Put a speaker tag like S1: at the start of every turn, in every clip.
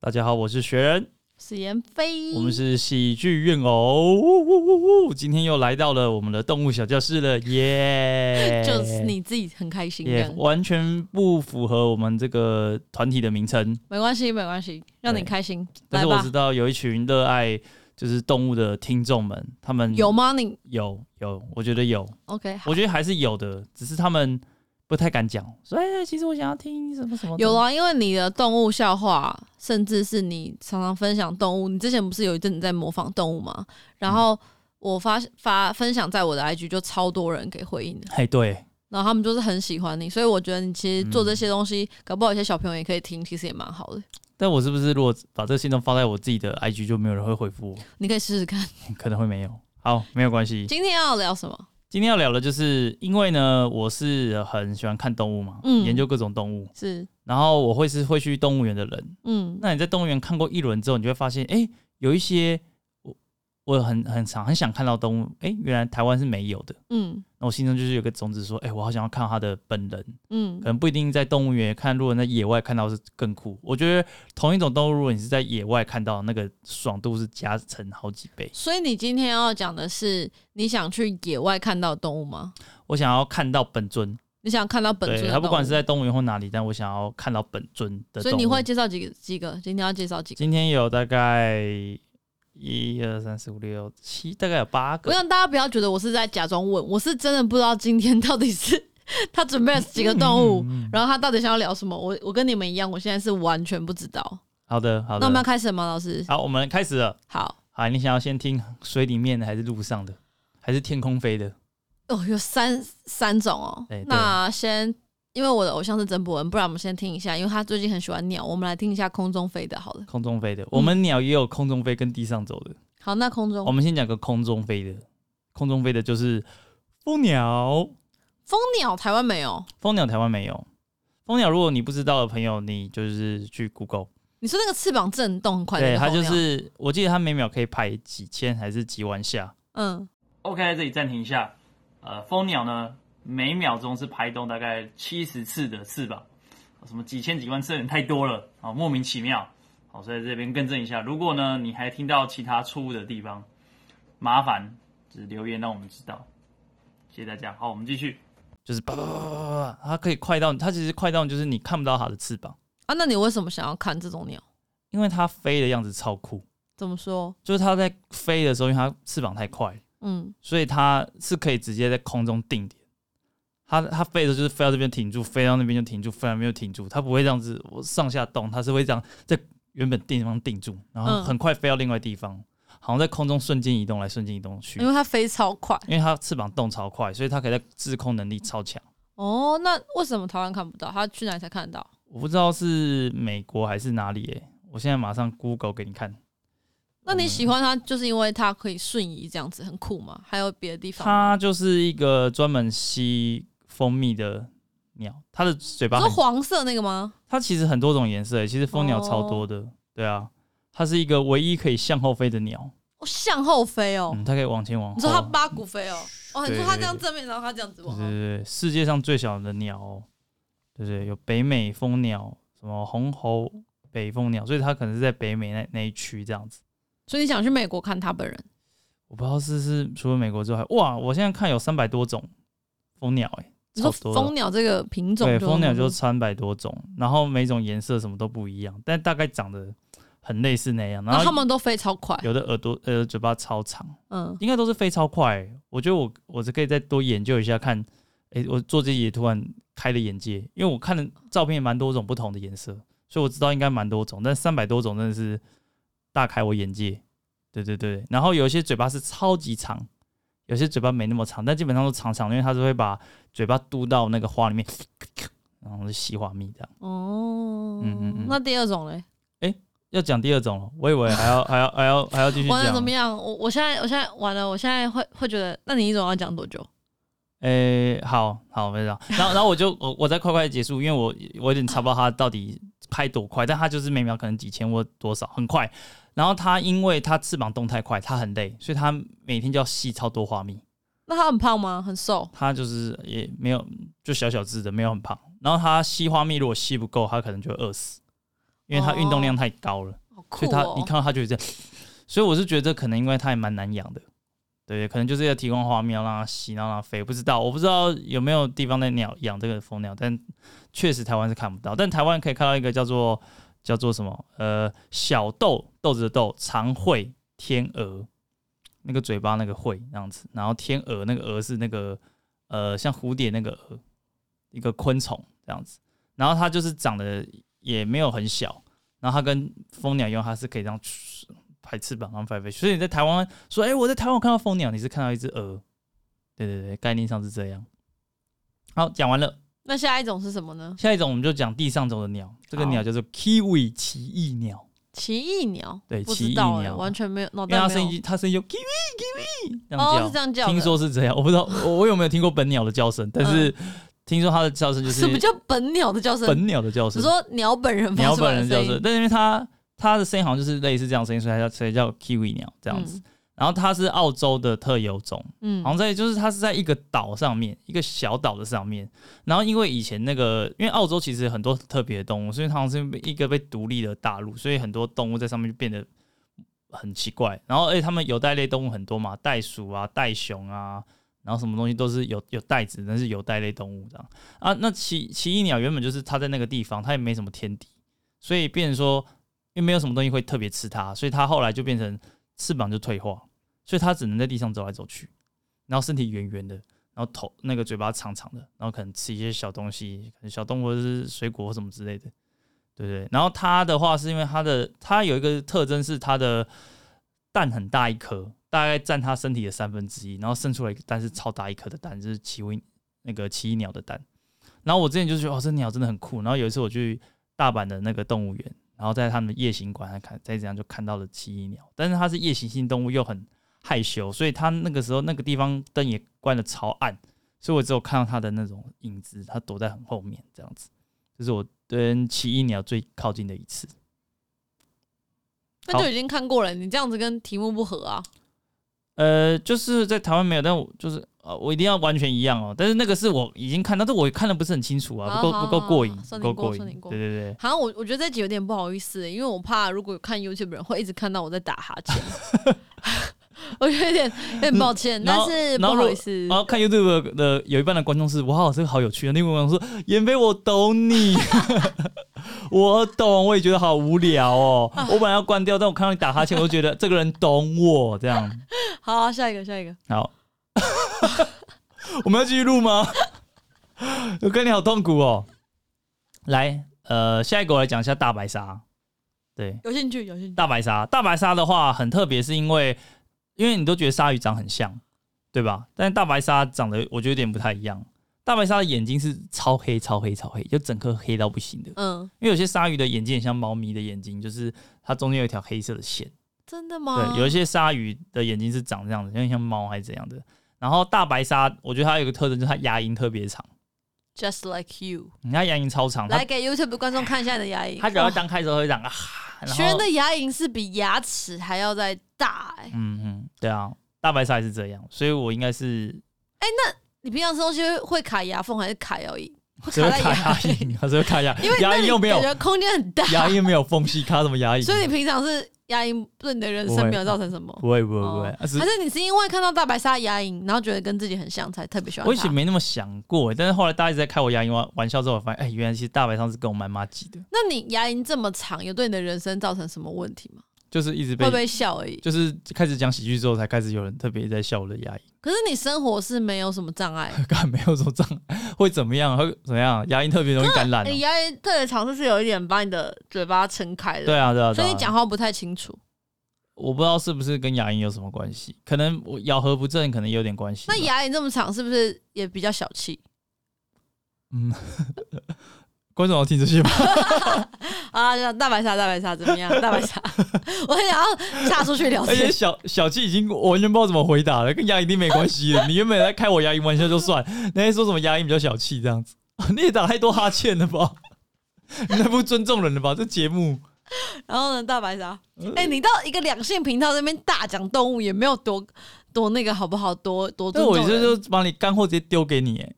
S1: 大家好，我是学人，
S2: 史妍飞，
S1: 我们 是喜剧怨偶，呜呜呜呜今天又来到了我们的动物小教室了，耶、
S2: 就是你自己很开心这
S1: 也
S2: 样，
S1: 完全不符合我们这个团体的名称，
S2: 没关系，没关系，让你开心，
S1: 但
S2: 来
S1: 是我
S2: 吧
S1: 知。道有一群热爱就是动物的听众们，他们
S2: 有吗？你
S1: 有有，我觉得有，
S2: OK？好
S1: 我觉得还是有的，只是他们不太敢讲，说哎、其实我想要听什么什么的
S2: 有啊，因为你的动物笑话，甚至是你常常分享动物，你之前不是有一阵子在模仿动物吗？然
S1: 嗯
S2: 后我发发分享在我的 IG 就超多人给回应的，
S1: 哎，对，
S2: 然后他们就是很喜欢你，所以我觉得你其实做
S1: 嗯
S2: 这些东西，搞不好有些小朋友也可以听，其实也蛮好的，
S1: 但我是不是如果把这个信众放在我自己的 IG，就没有人会回复我？
S2: 你可以试试看。
S1: 可能会没有。好，没有关系。
S2: 今天要聊什么？
S1: 今天要聊的就是，因为呢，我是很喜欢看动物嘛，
S2: 嗯
S1: 研究各种动物，
S2: 是
S1: 然后我会是会去动物园的人。
S2: 嗯
S1: 那你在动物园看过一轮之后，你就会发现，哎、有一些我我很很想很想看到动物，哎、原来台湾是没有的。
S2: 嗯
S1: 那我心中就是有个种子，说，哎、我好想要看到它的本人，可
S2: 嗯
S1: 能不一定在动物园看，如果在野外看到是更酷。我觉得同一种动物，如果你是在野外看到，那个爽度是加成好几倍。
S2: 所以你今天要讲的是你想去野外看到动物吗？
S1: 我想要看到本尊，
S2: 你想看到本尊
S1: 对
S2: 的
S1: 他不管是
S2: 动
S1: 在动物园或哪里，但我想要看到本尊
S2: 物
S1: 的动物。
S2: 所以你会介绍几个几个？今天要介绍几个？
S1: 今天有大概一二三四五六七，大概有八
S2: 我
S1: 个。
S2: 想大家不要觉得我是在假装问，我是真的不知道今天到底是 他准备了几个动
S1: 嗯
S2: 物，然后他到底想要聊什么。我我跟你们一样，我现在是完全不知道。
S1: 好的，好
S2: 那
S1: 的。
S2: 我们要开始吗，老师？
S1: 好，我们开始了。
S2: 好，
S1: 好，你想要先听水里面的，还是路上的，还是天空飞的？
S2: 哦，有三三种哦
S1: 哎对。
S2: 那先，因为我的偶像是曾博文，不然我们先听一下，因为他最近很喜欢鸟，我们来听一下空中飞的。好了，
S1: 空中飞的，我们鸟也有空中飞跟地上走的。
S2: 好，那空中
S1: 我们先讲个空中飞的，空中飞的就是蜂鸟。
S2: 蜂鸟台湾没有，
S1: 蜂鸟台湾没有。蜂鸟，如果你不知道的朋友，你就是去 Google。
S2: 你说那个翅膀震动很快
S1: 对，
S2: 那个
S1: 它
S2: 蜂
S1: 就
S2: 鸟，
S1: 是，我记得它每秒可以拍几千还是几万下。
S2: 嗯
S1: OK，在这里暂停一下。呃，蜂鸟呢，每秒钟是拍动大概七十次的翅膀，什么几千几万次有点太多了啊、莫名其妙。好，所以这边更正一下，如果呢你还听到其他错误的地方，麻烦就是留言让我们知道。谢谢大家。好，我们继续。就是叭叭叭叭叭叭，它可以快到，它其实快到就是你看不到它的翅膀，
S2: 啊，那你为什么想要看这种鸟？
S1: 因为它飞的样子超酷。
S2: 怎么说？
S1: 就是它在飞的时候，因为它翅膀太快了，
S2: 嗯，
S1: 所以它是可以直接在空中定点。它它飞的时候就是飞到这边停住，飞到那边就停住，飞到那边就停住，它不会这样子我上下动，它是会这样在原本地方定住，然后
S2: 嗯
S1: 很快飞到另外地方，好像在空中瞬间移动来瞬间移动去
S2: 因。为它飞超快
S1: 因为它翅膀动超快，所以它可以在制空能力超强。
S2: 哦。那为什么台湾看不到？它去哪里才看得到？
S1: 我不知道是美国还是哪里耶、我现在马上 Google 给你看。
S2: 那你喜欢它，就是因为它可以瞬移这样子，很酷吗？还有别的地方吗？
S1: 它就是一个专门吸蜂蜜的鸟，它的嘴巴
S2: 你说
S1: 很
S2: 黄色那个吗？
S1: 它其实很多种颜色欸，其实蜂鸟超多的，对啊，它是一个唯一可以向后飞的鸟，
S2: 哦，向后飞哦。
S1: 嗯，它可以往前往后。
S2: 你说它八股飞哦？哦，你
S1: 对
S2: 说
S1: 对
S2: 它这样正面，然后它这样子
S1: 对
S2: 往
S1: 对对，对世界上最小的鸟哦，对对，有北美蜂鸟，什么红喉北蜂鸟，所以它可能是在北美那那一区这样子。
S2: 所以你想去美国看它本人？
S1: 我不知道是是除了美国之外，还哇，我现在看有三百多种蜂鸟、欸，哎，
S2: 你说
S1: 超多的
S2: 蜂鸟这个品种
S1: 对，
S2: 就，嗯
S1: 蜂鸟就三百多种，然后每种颜色什么都不一样，但大概长得很类似那样。然
S2: 然后它
S1: 后
S2: 们都飞超快。
S1: 有的耳朵呃嘴巴超长，
S2: 嗯，
S1: 应该都是飞超快欸、我觉得我我是可以再多研究一下看，诶、我做这也突然开了眼界，因为我看的照片也蛮多种不同的颜色，所以我知道应该蛮多种，但三百多种真的是大开我眼界。对对对，然后有一些嘴巴是超级长，有些嘴巴没那么长，但基本上都长长的，因为它是会把嘴巴嘟到那个花里面，然后就吸花蜜这样。
S2: 哦，
S1: 嗯嗯嗯
S2: 那第二种嘞？
S1: 要讲第二种了，我以为还要还要还要还要继续
S2: 玩的
S1: 讲
S2: 怎么。样？我我现在我现在完了，我现在会会觉得，那你一种要讲多久？
S1: 诶、好好，没事。然后，然后我就我我再快快结束，因为我我有点查不到它到底拍多快，但它就是每秒可能几千或多少，很快。然后它因为它翅膀动太快，它很累，所以它每天就要吸超多花蜜。
S2: 那他很胖吗？很瘦？
S1: 它就是也没有就小小只的，没有很胖。然后它吸花蜜如果吸不够，它可能就会饿死。因为它运动量太高了，
S2: 好
S1: 所
S2: 酷
S1: 以它
S2: 哦
S1: 一！看到它就会这样。所以我是觉得可能因为它也蛮难养的，对，可能就是要提供花苗让它吸，让它飞。不知道，我不知道有没有地方在鸟养这个蜂鸟，但确实台湾是看不到。但台湾可以看到一个叫做叫做什么呃小豆豆子的豆长喙天鹅，那个嘴巴那个喙那样子，然后天鹅那个鹅是那个呃像蝴蝶那个鹅，一个昆虫这样子。然后它就是长得也没有很小，然后它跟蜂鸟一样，它是可以这样嘶拍翅膀，然后飞飞。所以你在台湾说，哎、我在台湾看到蜂鸟，你是看到一只鹅，对对对，概念上是这样。好，讲完了，
S2: 那下一种是什么呢？
S1: 下一种我们就讲地上种的鸟，这个
S2: 好
S1: 鸟叫做 kiwi 奇异鸟，
S2: 奇异鸟，
S1: 对
S2: 不知道
S1: 奇异
S2: 哎、
S1: 鸟
S2: 完全没有脑
S1: 因为
S2: 袋
S1: 它
S2: 没
S1: 声
S2: 有。
S1: 音它声音就 kiwi kiwi 这样
S2: 哦，
S1: 叫，
S2: 是这样叫的。
S1: 听说是这样，我不知道我我有没有听过本鸟的叫声，但是、听说它的叫声就是
S2: 什么嗯叫本鸟的叫声？
S1: 本鸟的叫
S2: 你
S1: 声，
S2: 说鸟本人发
S1: 鸟
S2: 出来
S1: 本
S2: 的
S1: 人叫
S2: 声音
S1: 声，但因为它它的声音好像就是类似这样的声音，所以它叫所以叫 kiwi 鸟这样子。然后它是澳洲的特有种，
S2: 嗯，
S1: 好像在就是它是在一个岛上面，一个小岛的上面。然后因为以前那个，因为澳洲其实很多特别的动物，所以它好像是被一个被独立的大陆，所以很多动物在上面就变得很奇怪。然后而且他们有袋类动物很多嘛，袋鼠啊、袋熊啊，然后什么东西都是有有袋子，但是有袋类动物这样啊。那奇奇异鸟原本就是它在那个地方，它也没什么天敌，所以变成说，因为没有什么东西会特别吃它，所以它后来就变成翅膀就退化，所以它只能在地上走来走去，然后身体圆圆的，然后头那个嘴巴长长的，然后可能吃一些小东西，可能小动物或者是水果或什么之类的，对不对？然后它的话是因为它的它有一个特征是它的蛋很大一颗，大概占它身体的三分之一，然后生出来一个蛋是超大一颗的蛋，就是奇威那个奇异鸟的蛋。然后我之前就觉得哦，这鸟真的很酷。然后有一次我去大阪的那个动物园，然后在他们的夜行馆还看，在这样就看到了奇异鸟，但是它是夜行性动物，又很害羞，所以它那个时候那个地方灯也关的超暗，所以我只有看到它的那种影子，它躲在很后面这样子。这是我跟奇异鸟最靠近的一次。
S2: 那就已经看过了。你这样子跟题目不合啊？
S1: 呃，就是在台湾没有，但我就是呃，我一定要完全一样哦。但是那个是我已经看到，但是我看的不是很清楚啊，
S2: 好
S1: 不够
S2: 好
S1: 不够
S2: 好
S1: 过瘾
S2: 好，算
S1: 不够
S2: 你过
S1: 过
S2: 算你
S1: 瘾。
S2: 过
S1: 对对对，
S2: 好像我我觉得这集有点不好意思、欸因为我怕如果有看 YouTube 的人会一直看到我在打哈欠， 我觉得有点有点抱歉，
S1: 嗯 然
S2: 但
S1: 后
S2: 是不
S1: 然后如
S2: 好意思
S1: 然。后哦看 YouTube 的有一半的观众是哇，这个好有趣啊！另外一半观众说：“妍飞，我懂你，我懂，我也觉得好无聊哦。我本来要关掉，但我看到你打哈欠，我就觉得这个人懂我。”这样
S2: 好、下一个，下一个。
S1: 好， 我们要继续录吗？ 我跟你好痛苦哦。来，呃，下一个我来讲一下大白鲨。对，
S2: 有兴趣，有兴趣。
S1: 大白鲨，大白鲨的话很特别，是因为因为你都觉得鲨鱼长很像，对吧？但是大白鲨长得我觉得有点不太一样。大白鲨的眼睛是超黑、超黑、超黑，就整颗黑到不行的。
S2: 嗯，
S1: 因为有些鲨鱼的眼睛很像猫咪的眼睛，就是它中间有一条黑色的线。
S2: 真的吗？
S1: 对，有一些鲨鱼的眼睛是长这样子，有点像猫还是怎样的。然后大白鲨，我觉得它有一个特征，就是它牙龈特别长，
S2: Just like you，
S1: 你看它牙龈超长，它
S2: 来给 YouTube 观众看一下你的牙龈。
S1: 它只要
S2: 哇
S1: 张开的时候会长啊。然
S2: 学
S1: 后
S2: 人的牙龈是比牙齿还要再大、哎、
S1: 嗯嗯，对啊，大白鲨也是这样，所以我应该是
S2: 你平常吃东西会卡牙缝还是卡咬龈？会
S1: 只会
S2: 卡在
S1: 卡牙
S2: 牙龈，
S1: 龈，只会卡牙，
S2: 因为
S1: 牙
S2: 那
S1: 龈
S2: 里
S1: 又没有
S2: 感，觉空间很大，
S1: 牙龈没有缝隙，卡什么牙龈？
S2: 所以你平常是牙龈对你的人生没有造成什么。
S1: 不会不会不会，啊只
S2: 还
S1: 是
S2: 哦是你是因为看到大白鲨牙龈，然后觉得跟自己很像，才特别喜欢它？
S1: 我以前没那么想过，欸但是后来大家一直在开我牙龈玩玩笑之后，我发现哎，原来其实大白鲨是跟我蛮妈挤的，
S2: 那你牙龈这么长，有对你的人生造成什么问题吗？
S1: 就是一直被
S2: 会不会笑而已？
S1: 就是开始讲喜剧之后，才开始有人特别在笑我的 牙龈，
S2: 可是你生活是没有什么障碍，
S1: 感没有什么障碍，会怎么样？会怎么样？牙龈特别容易感染哦、
S2: 你哎牙龈特别长，就是有一点把你的嘴巴撑开的，
S1: 对啊对啊，对啊
S2: 所以你讲话不太清楚。
S1: 我不知道是不是跟牙龈有什么关系，可能我咬合不正，可能有点关系吧。
S2: 那牙龈这么长，是不是也比较小气？
S1: 嗯， 观众要听这些吗？
S2: 啊，这样大白鲨，大白鲨怎 么样？大白鲨，我很想要岔出去聊
S1: 而且
S2: 天。
S1: 小小气已经完全不知道怎么回答了，跟牙龈一定没关系 了。你原本在开我牙龈玩笑就算，那天说什么牙龈比较小气这样子， 你也打太多哈欠了吧？ 你太不尊重人了吧？这节目
S2: 然后呢，大白鲨，
S1: 嗯
S2: 哎、你到一个两性频道那边大讲动物，也没有多多那个好不好？多多
S1: 那
S2: 尊重
S1: 我
S2: 人。
S1: 这就把你干货直接丢给你，哎，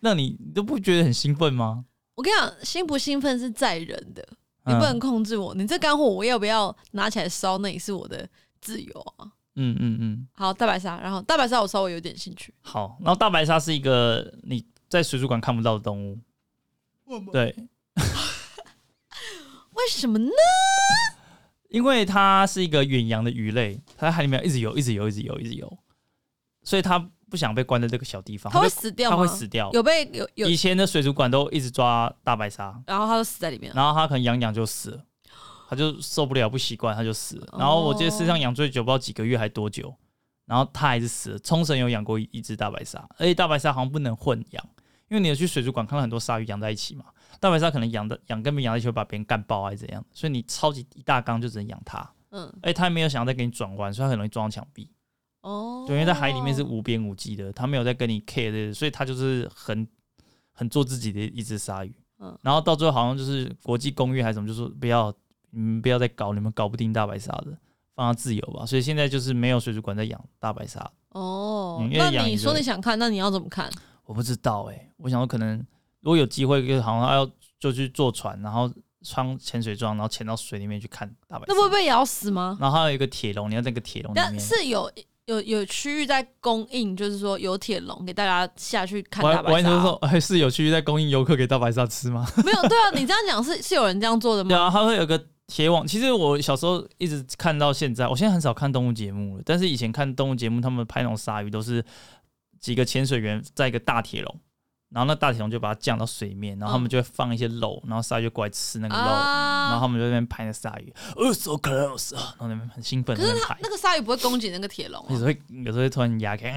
S1: 那你你都不觉得很兴奋吗？嗯
S2: 我跟你讲，兴不兴奋是在人的，你不能控制我，你这干货我要不要拿起来烧，那也是我的自由啊。
S1: 嗯嗯嗯，
S2: 好，大白鲨，然后大白鲨我稍微有点兴趣，
S1: 好。然后大白鲨是一个你在水族馆看不到的动物，对，
S2: 为什么呢？
S1: 因为它是一个远洋的鱼类，它在海里面一直游，一直游，一直游，一直游，所以它不想被关在这个小地方，
S2: 它会
S1: 被
S2: 死掉
S1: 它
S2: 吗？
S1: 会死掉。
S2: 有被有有
S1: 以，前的水族馆都一直抓大白鲨，
S2: 然后它就死在里面了。
S1: 然后它可能养养就死了，它就受不了不习惯，它就死
S2: 哦
S1: 了。然后我记得世上养最久不知道几个月还多久，然后它还是死了。冲绳有养过一一只大白鲨，而且大白鲨好像不能混养，因为你有去水族馆看到很多鲨鱼养在一起嘛，大白鲨可能养的养跟没养在一起会把别人干爆还是怎样，所以你超级一大缸就只能养它，
S2: 嗯，
S1: 而且哎它也没有想要再给你转弯，所以它很容易撞到墙壁。
S2: 哦，
S1: 对，因为在海里面是无边无际的，它没有在跟你 care 的，所以它就是很很做自己的一只鲨鱼。
S2: 嗯
S1: 然后到最后好像就是国际公约还是什么，就说不要你们不要再搞，你们搞不定大白鲨的，放它自由吧。所以现在就是没有水族馆在养大白鲨，
S2: 哦
S1: 嗯。因为
S2: 那
S1: 养
S2: 你
S1: 鱼
S2: 说
S1: 的
S2: 你想看，那你要怎么看？
S1: 我不知道哎、我想说可能如果有机会，就好像要就去坐船，然后穿潜水装，然后潜到水里面去看大白鲨
S2: 那。会被咬死吗？
S1: 然后还有一个铁笼，你要在那个铁笼里
S2: 但
S1: 面。
S2: 是有有有区域在供应，就是说有铁笼给大家下去 看
S1: 我还
S2: 大
S1: 我还
S2: 白鲨
S1: 想说
S2: 哦。，
S1: 哎，是有区域在供应游客给大白鲨吃吗？
S2: 没有，对啊，你这样讲是是有人这样做的
S1: 对
S2: 吗？
S1: 啊，它会有个铁网。其实我小时候一直看到现在，我现在很少看动物节目了。但是以前看动物节目，他们拍那种鲨鱼都是几个潜水员在一个大铁笼，然后那大铁笼就把它降到水面，然后他们就会放一些肉，然后鲨鱼就过来吃那个肉，然后
S2: 啊
S1: 他，们就在那边拍那鲨鱼，哦，so close，啊然后那边很兴奋，
S2: 可
S1: 在
S2: 是
S1: 那边
S2: 他
S1: 拍。
S2: 那个鲨鱼不会攻击那个铁笼啊、
S1: 有时候会，有时候会突然压开，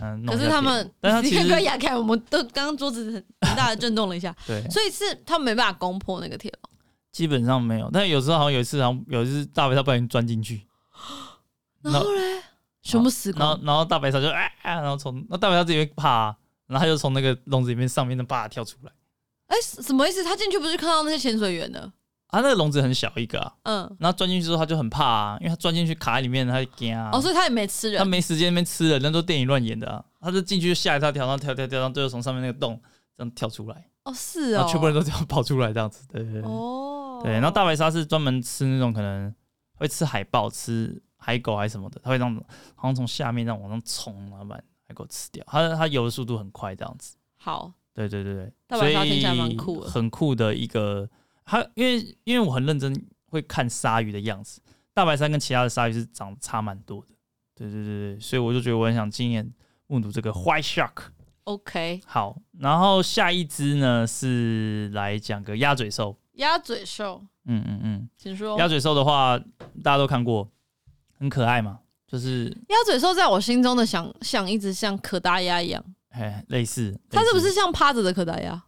S1: 呃弄
S2: 可
S1: 一下
S2: 是他
S1: 铁笼
S2: 们，
S1: 但它
S2: 你
S1: 其
S2: 看
S1: 实
S2: 刚刚压开，我们都刚刚桌子很很大的震动了一下，
S1: 对，
S2: 所以是他们没办法攻破那个铁笼。
S1: 基本上没有。但有时候好像有一次，好像有一次大白鲨不小心钻进去，
S2: 然后嘞，全部死
S1: 然后
S2: 光。
S1: 然后大白鲨就啊啊，然后从那大白鲨自己会怕、然后它就从那个笼子里面上面的啪跳出来。
S2: 哎、什么意思？他进去不是看到那些潜水员的？
S1: 啊，那个笼子很小一个啊，
S2: 嗯，
S1: 然后钻进去之后它就很怕、啊，因为它钻进去卡在里面，它就惊啊。
S2: 哦，所以他也没吃
S1: 它
S2: 人。
S1: 没时间那边吃了，那都电影乱演的啊。它就进去吓一跳，跳，然后跳跳跳，然后最后从上面那个洞这样跳出来，
S2: 哦，是
S1: 然
S2: 哦
S1: 后，全部人都这样 跑出来这样子。对对对。
S2: 哦，
S1: 对，然后大白鲨是专门吃那种可能会吃海豹、吃海狗还是什么的，它会这样子，好像从下面这样往上冲，然后把海狗吃掉。它它游的速度很快，这样子。
S2: 好，
S1: 对对对对，
S2: 大
S1: 所
S2: 白
S1: 以
S2: 鲨听起来蛮酷的
S1: 很酷的一个。它因为因为我很认真会看鲨鱼的样子，大白鲨跟其他的鲨鱼是长得差蛮多的。对对对对，所以我就觉得我很想亲眼目睹这个 white shark。
S2: ，OK，
S1: 好，然后下一只呢是来讲个鸭嘴兽。
S2: 鸭嘴兽，
S1: 嗯嗯嗯，
S2: 请说。
S1: 鸭嘴兽的话大家都看过，很可爱嘛，就是
S2: 鸭嘴兽在我心中的想象一直像可达鸭一样，
S1: 哎类似。
S2: 它是不
S1: 类
S2: 是
S1: 似
S2: 像趴着的可达鸭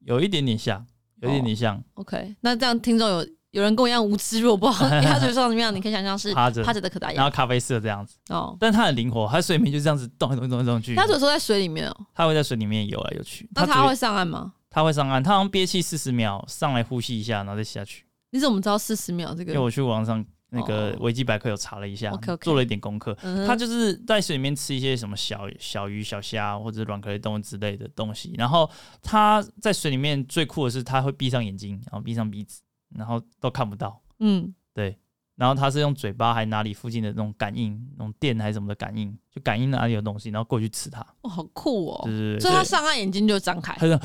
S1: 有一点点像？有一点点
S2: 哦
S1: 像，
S2: ？OK，那这样听众有有人跟我一样无知，如 果不好鸭嘴兽怎么样，你可以想象是
S1: 趴着
S2: 趴着的可达
S1: 然
S2: 鸭
S1: 后咖啡色这样子，
S2: 哦。
S1: 但它很灵活，它水面就这样子动一动一动一动去。
S2: 鸭嘴兽在水里面哦，
S1: 它会在水里面游来游去。
S2: 那
S1: 只
S2: 它会上岸吗？
S1: 它会上岸，它好像憋气四十秒，上来呼吸一下，然后再下去。
S2: 你怎么知道四十秒这
S1: 因
S2: 个
S1: 为？我去网上那个
S2: 嗯哦
S1: 维基百科有查了一下
S2: OK，OK
S1: 做了一点功课。
S2: 嗯
S1: 它
S2: 哼，
S1: 就是在水里面吃一些什么小小鱼、小虾或者软壳类动物之类的东西。然后它在水里面最酷的是，它会闭上眼睛，然后闭上鼻子，然后都看不到。
S2: 嗯，
S1: 然后它是用嘴巴还哪里附近的那种感应，那种电还是什么的感应，就感应哪里有东西，然后过去吃它。
S2: 哇，好酷哦
S1: 对！对对，
S2: 所以它
S1: 对
S2: 上岸眼睛就张开
S1: 它。这样，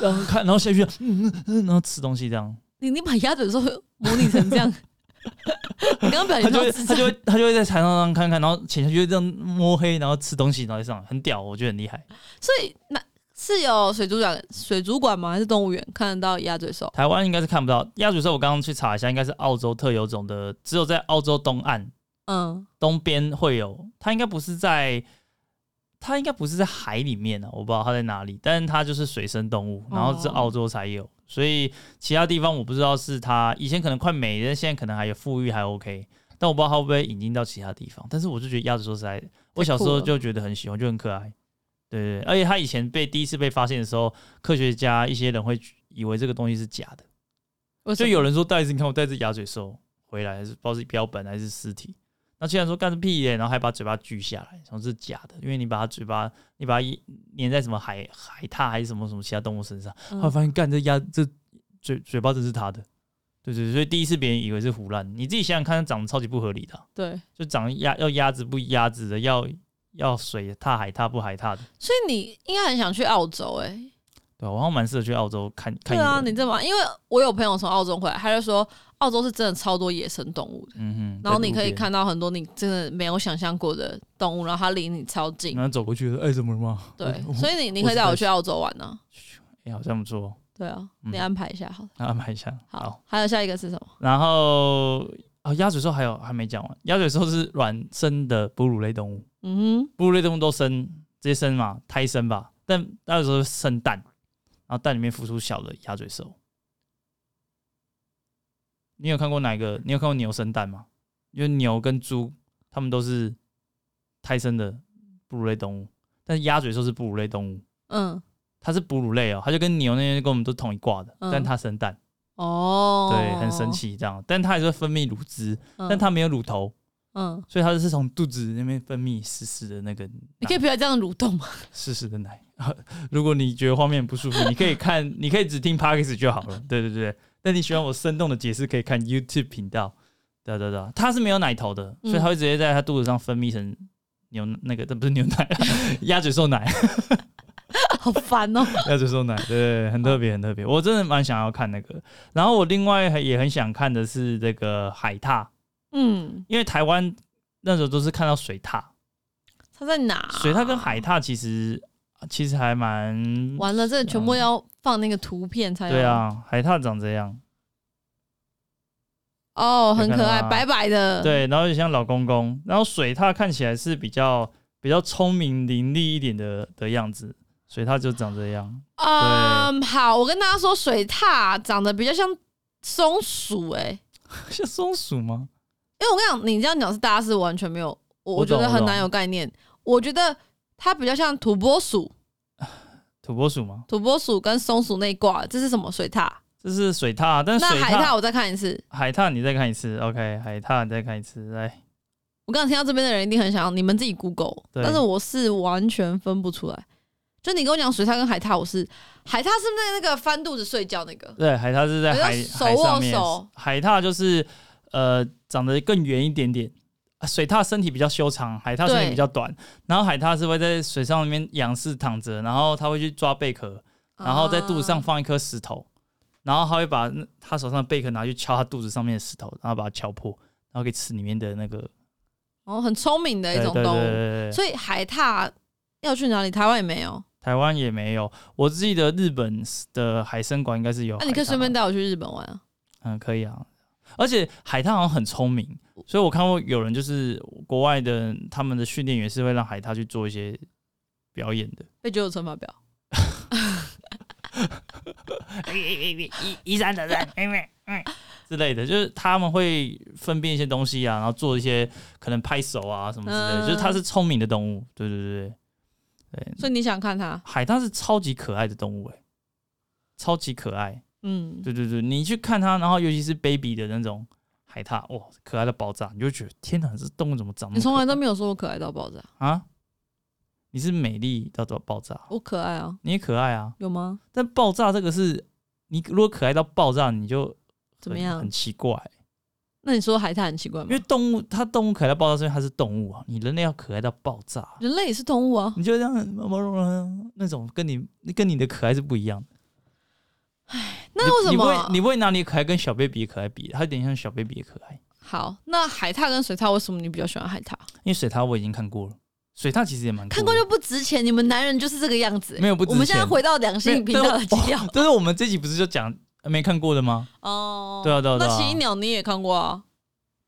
S1: 然后看，然后下去，嗯嗯嗯，然后吃东西这样。
S2: 你你把鸭嘴兽模拟成 这样，你刚刚表
S1: 他就
S2: 演到
S1: 会
S2: 智
S1: 他
S2: 障
S1: 就会他就会在台上上看看，然后潜下去就这样摸黑，然后吃东西，然后再上来，很屌，我觉得很厉害。
S2: 所以那是有水族馆水族馆吗？还是动物园看得到鸭嘴兽？
S1: 台湾应该是看不到鸭嘴兽，我刚刚去查一下，应该是澳洲特有种的，只有在澳洲东岸
S2: 嗯，
S1: 东边会有，它应该不是在。它应该不是在海里面啊，我不知道它在哪里，但是它就是水生动物，然后是
S2: 哦
S1: 澳洲才有，所以其他地方我不知道是它以前可能快没，但现在可能还有富裕还 OK，但我不知道它会不会引进到其他地方。但是我就觉得鸭嘴兽实在，我小时候
S2: 了
S1: 就觉得很喜欢，就很可爱。对对，对而且它以前被第一次被发现的时候，科学家一些人会以为这个东西是假的，
S2: 我
S1: 就有人说带一只，你看我带一只鸭嘴兽回来，还是不知道是标本还是尸体。那竟然说干是屁耶、然后还把嘴巴锯下来，想是假的，因为你把它嘴巴，你把它一粘在什么海海獭还是什么什么其他动物身上，后来
S2: 嗯
S1: 发现干这鸭这嘴嘴巴真是他的，对对，对所以第一次别人以为是胡乱，你自己想想看，长得超级不合理的啊、
S2: 对，
S1: 就长鸭要鸭子不鸭子的，要要水踏海踏不海踏的，
S2: 所以你应该很想去澳洲哎、
S1: 对、啊、我好像蛮适合去澳洲看看
S2: 对
S1: 一
S2: 啊，
S1: 轮
S2: 你这嘛，因为我有朋友从澳洲回来，他就说澳洲是真的超多野生动物的，
S1: 嗯哼，
S2: 然后你
S1: 在路
S2: 可以
S1: 边，
S2: 看到很多你真的没有想象过的动物，然后它离你超近
S1: 然，后走过去，哎、怎么了吗？
S2: 对
S1: 我，
S2: 所以你你可以带我去澳洲玩呢、
S1: 哎、好像不错哦，
S2: 对啊，
S1: 嗯
S2: 你安排一下好了。
S1: 那安排一下。
S2: 好，还有下一个是什么？
S1: 啊然后啊，鸭嘴兽还有还没讲完，鸭嘴兽是卵生的哺乳类动物，
S2: 嗯
S1: 哺乳类动物都生直接生嘛，胎生吧，但鸭嘴兽生蛋，然后蛋里面孵出小的鸭嘴兽。你有看过哪个？你有看过牛生蛋吗？因为牛跟猪它们都是胎生的哺乳类动物，但是鸭嘴兽是哺乳类动物，
S2: 哼，嗯，
S1: 它是哺乳类哦，它就跟牛那些跟我们都同一挂的，
S2: 嗯
S1: 但它生蛋，
S2: 哦，
S1: 对，很神，奇这样，但它还是会分泌乳汁，
S2: 嗯、
S1: 但它没有乳头，
S2: 嗯，
S1: 所以它是从肚子那边分泌湿湿的那个
S2: 你可以
S1: 奶
S2: 不要这样蠕动嘛。
S1: 湿湿的奶。 如果你觉得画面不舒服，你可以看， 你可以只听 podcast 就好了。对对对，但你喜欢我生动的解释，可以看 YouTube 频道。对对对，它是没有奶头的，所以它会直接在它肚子上分泌成牛那个，这不是牛 奶，啊鸭嘴兽奶，
S2: 好烦哦！
S1: 鸭嘴兽奶，对对对，很特别，很特别。哦我真的蛮想要看那个。然后我另外也很想看的是这个海獭，
S2: 嗯，
S1: 因为台湾那时候都是看到水獭，
S2: 它在哪？
S1: 水獭跟海獭其实其实还蛮
S2: 完哦了，这全部要放那个图片才有
S1: 对。啊，海獭长这样，
S2: 哦，很可
S1: 有看
S2: 爱，
S1: 到啊
S2: 白白的。，
S1: 对，然后就像老公公，然后水獭看起来是比较比较聪明伶俐一点的的样子，水獭就长这样，
S2: 嗯，好，我跟大家说，水獭长得比较像松鼠、欸，
S1: 像松鼠吗？
S2: 因为我跟你讲，你这样讲是大家是完全没有，我
S1: 我
S2: 我
S1: 懂
S2: 觉得
S1: 我
S2: 很
S1: 懂
S2: 难有概念。我觉得它比较像土拨鼠，
S1: 土拨鼠吗？
S2: 土拨鼠跟松鼠那一挂，这是什么水獭？
S1: 这是水獭，啊但是
S2: 那
S1: 水
S2: 海獭
S1: 獭
S2: 我再看一次。
S1: 海獭你再看一次，OK，海獭你再看一次，来，
S2: 我刚刚听到这边的人一定很想要你们自己 Google，
S1: 对
S2: 但是我是完全分不出来。就你跟我讲水獭跟海獭，我是海獭是不是那个翻肚子睡觉那个？
S1: 对，海獭是在
S2: 比较
S1: 海
S2: 手
S1: 海
S2: 握
S1: 上面
S2: 手，
S1: 海獭就是呃长得更圆一点点。啊水獭身体比较修长，海獭身体
S2: 对
S1: 比较短，然后海獭是会在水上里面仰视躺着，然后它会去抓贝壳，然后在肚子上
S2: 啊
S1: 放一颗石头，然后它会把那它手上的贝壳拿去敲它肚子上面的石头，然后把它敲破，然后可以吃里面的那个
S2: 哦，很聪明的一种
S1: 对对
S2: 动
S1: 对对
S2: 物。
S1: 对对哦
S2: 所以海獭要去哪里？台湾也没有。
S1: 台湾也没有，我记得日本的海参馆应该是有海獭吧。
S2: 那啊你可以顺便带我去日本玩啊。
S1: 嗯，可以啊。而且海獭好像很聪明，所以我看过有人就是国外的他们的训练员是会让海獭去做一些表演的。
S2: 被九九乘法表。哎
S1: 一一三得三，因为嗯 之类的，就是他们会分辨一些东西啊，然后做一些可能拍手啊什么之类的，
S2: 嗯
S1: 就是它是聪明的动物。对对对对对，
S2: 所以你想看它？
S1: 海獭是超级可爱的动物、欸，超级可爱。
S2: 嗯，
S1: 对对对，你去看它，然后尤其是 baby 的那种海獭，哇，可爱的爆炸，你就觉得天哪，这动物怎么长那么
S2: 你从来
S1: 可
S2: 都
S1: 爱
S2: 没有说我可爱到爆炸，
S1: 啊？你是美丽到到爆炸，
S2: 我可爱啊，
S1: 你也可爱啊，
S2: 有吗？
S1: 但爆炸这个是你如果可爱到爆炸，你就
S2: 怎么
S1: 很
S2: 样
S1: 很奇怪、
S2: 那你说海獭很奇怪
S1: 因
S2: 吗
S1: 为？动物它动物可爱到爆炸，是因为它是动物啊，你人类要可爱到爆炸，
S2: 人类也是动物啊。
S1: 你就这样毛毛茸茸那种，跟你跟你的可爱是不一样的。
S2: 那为什
S1: 你不
S2: 么
S1: 会？你不会拿你的可爱跟小 baby 的可爱比？啊它有点像小 baby 的可爱。
S2: 好，那海獭跟水獭为什么你比较喜欢海獭？
S1: 因为水獭我已经看过了，水獭其实也蛮
S2: 看
S1: 酷
S2: 过
S1: 的
S2: 就不值钱，你们男人就是这个样子、
S1: 没有不值钱
S2: 我们现在回到两性频道的基调
S1: 但是我们这集不是就讲呃没看过的吗？
S2: 哦。
S1: 对啊对啊对啊
S2: 那奇异鸟你也看过啊？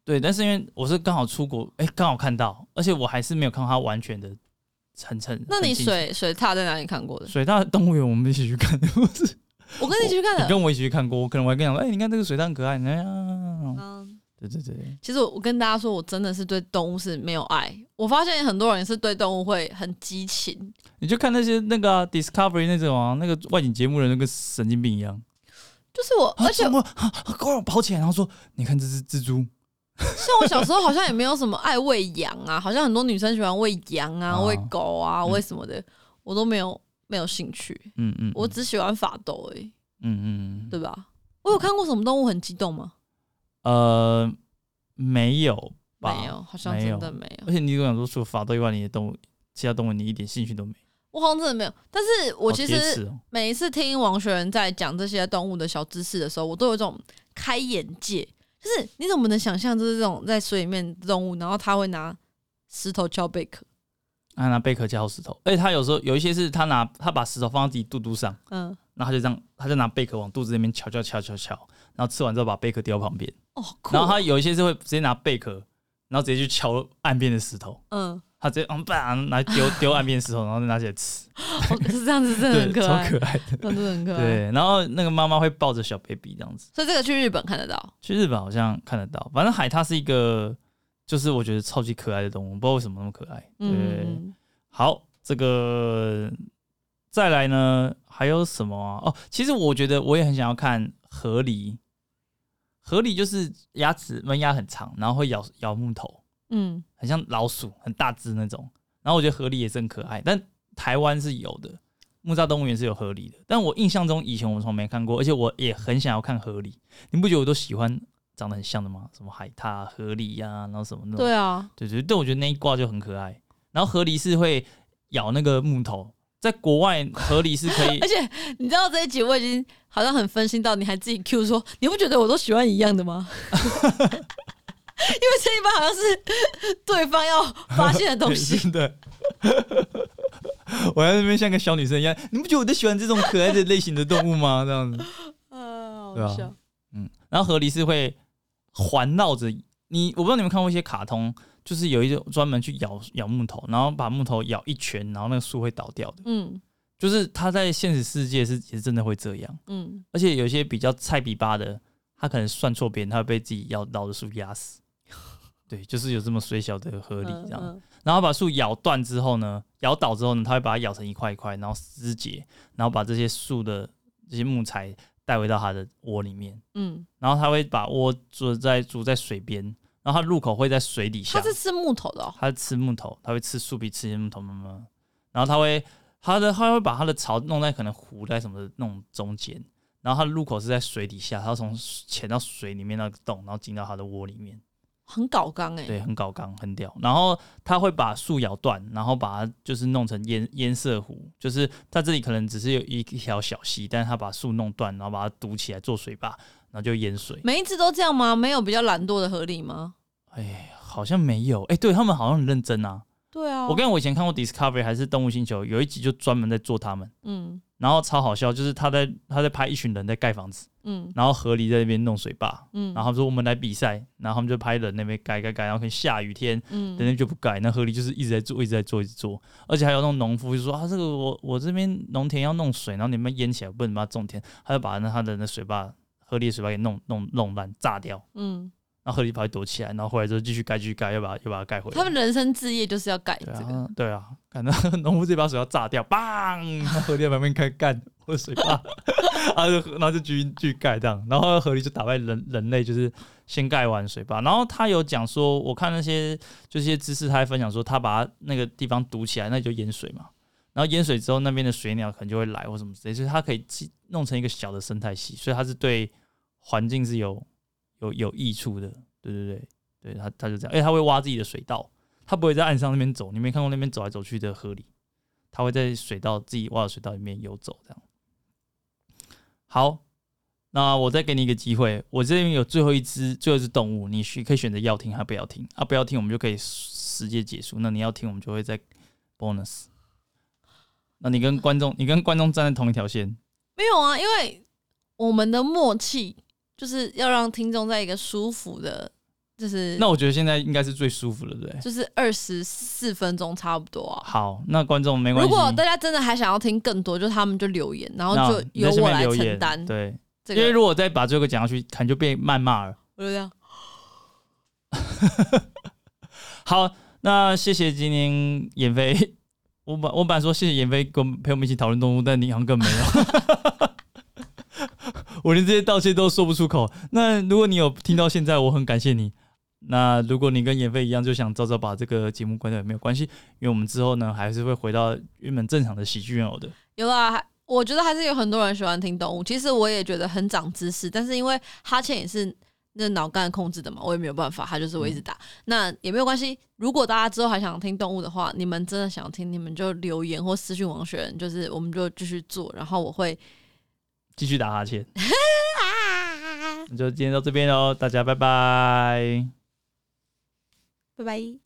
S1: 对，但是因为我是刚好出国，哎、刚好看到，而且我还是没有看到它完全的成成。
S2: 那你
S1: 很清楚
S2: 水水獭在哪里看过的？
S1: 水獭动物园我们一起去看， 我是
S2: 我跟你一起去看
S1: 你
S2: 的。哦
S1: 跟我一起去看过，我可能我还跟你讲，哎、你看这个水獭很可爱，你看啊，
S2: 嗯，
S1: 对对对，
S2: 其实我我跟大家说，我真的是对动物是没有爱。我发现很多人是对动物会很激情，
S1: 你就看那些那个啊、Discovery 那种啊，那个外景节目的人跟神经病一样，
S2: 就是我，
S1: 啊
S2: 而且
S1: 什么啊，啊给我跑起来，然后说，你看这只蜘蛛，
S2: 像我小时候好像也没有什么爱喂羊啊， 好像很多女生喜欢喂羊啊、
S1: 啊
S2: 喂狗啊、
S1: 嗯
S2: 喂什么的，我都没有没有兴趣，
S1: 嗯嗯，
S2: 我只喜欢法斗而已，
S1: 嗯嗯嗯，
S2: 对吧？我有看过什么动物很激动吗？
S1: 呃，没有吧？
S2: 没有，好像
S1: 没有
S2: 真的没有
S1: 而。且你跟我讲说，除了法斗以外，你的动物，其他动物你一点兴趣都没。
S2: 我好像真的没有。但是我
S1: 好
S2: 其
S1: 贴
S2: 实
S1: 齿哦
S2: 每一次听王学仁在讲这些动物的小知识的时候，我都有一种开眼界，就是你怎么能想象，就是这种在水里面的动物，然后他会拿石头敲贝壳，
S1: 他啊拿贝壳敲石头，而且他有时候有一些是他拿他把石头放到自己肚肚上，
S2: 嗯，
S1: 然后他就这样，他就拿贝壳往肚子那边敲敲敲敲敲，然后吃完之后把贝壳丢到旁边。
S2: 哦，好酷哦
S1: 然后他有一些是会直接拿贝壳，然后直接去敲岸边的石头，
S2: 嗯，
S1: 他直接嗯吧拿丢丢岸边的石头，然后再拿起来吃，
S2: 哦是这样子，真的
S1: 对
S2: 很，可
S1: 超
S2: 爱，啊
S1: 可爱的。
S2: 真的很可爱。
S1: 对，然后那个妈妈会抱着小 baby 这样子。
S2: 所以这个去日本看得到，
S1: 去日本好像看得到，反正海獭是一个，就是我觉得超级可爱的动物，不知道为什么那么可爱。对，
S2: 嗯，
S1: 好，这个再来呢，还有什么啊、哦，其实我觉得我也很想要看河狸，河狸就是牙齿门牙很长，然后会咬咬木头，
S2: 嗯，
S1: 很像老鼠，很大只那种。然后我觉得河狸也是很可爱，但台湾是有的，木栅动物园是有河狸的。但我印象中以前我从没看过，而且我也很想要看河狸。你不觉得我都喜欢长得很像的吗？什么海獭、河狸呀、然后什么那种。
S2: 对啊，
S1: 对对，但我觉得那一挂就很可爱。然后河狸是会咬那个木头，在国外河狸是 可以
S2: 而，且你知道这一集我已经好像很分心到，你还自己 Q 说，你不觉得我都喜欢一样的吗？ 因为这一般好像是对方要发现的 东西，
S1: 真的。 我在那边像个小女生一样，你不觉得我都喜欢这种可爱的类型的动物吗？这样子。
S2: 呃，
S1: 对
S2: 好
S1: 啊
S2: 笑，
S1: 嗯，然后河狸是会环绕着你，我不知道你们看过一些卡通，就是有一种专门去咬咬木头，然后把木头咬一圈，然后那个树会倒掉的。
S2: 嗯
S1: 就是它在现实世界是也是真的会这样，
S2: 嗯，
S1: 而且有些比较菜比巴的，他可能算错别人，他会被自己咬到的树压 死。对，就是有这么水小的河狸这样。
S2: 嗯
S1: 然后把树咬断之后呢，咬倒之后呢，它会把它咬成一块一块，然后肢解，然后把这些树的这些木材带回到它的窝里面。
S2: 嗯，
S1: 然后它会把窝住在住在水边，然后它入口会在水底下
S2: 它，是吃木头的、哦，
S1: 它吃木头，它会吃树皮，吃木头慢慢，然后它会它的它会把它的巢弄在可能湖在什么的那种中间，然后它的入口是在水底下，它要从潜到水里面那个洞，然后进到它的窝里面，
S2: 很搞刚哎、
S1: 对，很搞刚，很屌。然后它会把树咬断，然后把它就是弄成淹淹色湖，就是它这里可能只是有一一条小溪，但是它把树弄断，然后把它堵起来做水坝，然后就淹水。
S2: 每一只都这样吗？没有比较懒惰的合理吗？
S1: 哎，好像没有。哎、对他们好像很认真啊。
S2: 对啊，
S1: 我跟我以前看过 Discovery 还是动物星球，有一集就专门在做他们，
S2: 嗯
S1: 然后超好笑，就是他在他在拍一群人在盖房子，
S2: 嗯
S1: 然后河狸在那边弄水坝，
S2: 嗯，
S1: 然后他们说我们来比赛，然后他们就拍人那边盖盖盖，然后可能下雨天。
S2: 嗯
S1: 人家就不盖，那河狸就是一直在做，一直在做，一直做，而且还有那种农夫就说啊，这个我我这边农田要弄水，然后你们淹起来，不能把它种田，他就把那他的那水坝河狸的水坝给弄弄弄烂，炸掉，
S2: 嗯，
S1: 然后河狸跑去躲起来，然后回来之后继续盖，继续盖，又把又把它盖回来。
S2: 他们人生置业就是要改这
S1: 对
S2: 个，
S1: 啊，对啊，看到农夫这把水要炸掉，砰！然后河狸在旁边开干 我的水坝，然后就然后就继续继续盖这样，然后河狸就打败人人类，就是先盖完水坝。然后他有讲说，我看那些就这些知识，他还分享说，他把那个地方堵起来，那就淹水嘛。然后淹水之后，那边的水鸟可能就会来或什么之类，所以它可以自弄成一个小的生态系，所以它是对环境是有有有益处的。对对对，对它它就这样，哎而且它会挖自己的水道。它不会在岸上那边走，你没看过那边走来走去的河里，它会在水道自己挖的水道里面游走这样。好，那我再给你一个机会，我这边有最后一只最后一只动物，你选可以选择要听还不要听啊，不要听我们就可以直接结束，那你要听我们就会再 bonus。那你跟观众，你跟观众站在同一条线，
S2: 没有啊，因为我们的默契就是要让听众在一个舒服的，就是
S1: 那我觉得现在应该是最舒服了，对不对？
S2: 就是二十四分钟差不多啊。
S1: 好，那观众没关
S2: 如
S1: 系，
S2: 果大家真的还想要听更多，就他们就留言，然后
S1: 那
S2: 就
S1: 你
S2: 由
S1: 在下
S2: 我
S1: 面
S2: 来
S1: 留
S2: 承
S1: 言
S2: 担
S1: 对，
S2: 这
S1: 因为
S2: 个。
S1: 如果再把这个讲下去，可能就被谩骂了。
S2: 我就这样，
S1: 好，那谢谢今天闫飞。 我本我本来说谢谢闫飞跟我们陪我们一起讨论动物，但你好像更没有。 我连这些道歉都说不出口。那如果你有听到现在，我很感谢你。那如果你跟闫飞一样，就想早早把这个节目关掉也没有关系，因为我们之后呢还是会回到原本正常的喜剧人偶的。
S2: 有啦，我觉得还是有很多人喜欢听动物。其实我也觉得很长知识，但是因为哈欠也是那脑干控制的嘛，我也没有办法，它就是会一直打。那也没有关系。如果大家之后还想听动物的话，你们真的想听，你们就留言或私讯王雪人，就是我们就继续做，然后我会
S1: 继续打哈欠。
S2: 啊
S1: 哦那就今天到这边喽，大家拜拜。
S2: 拜拜。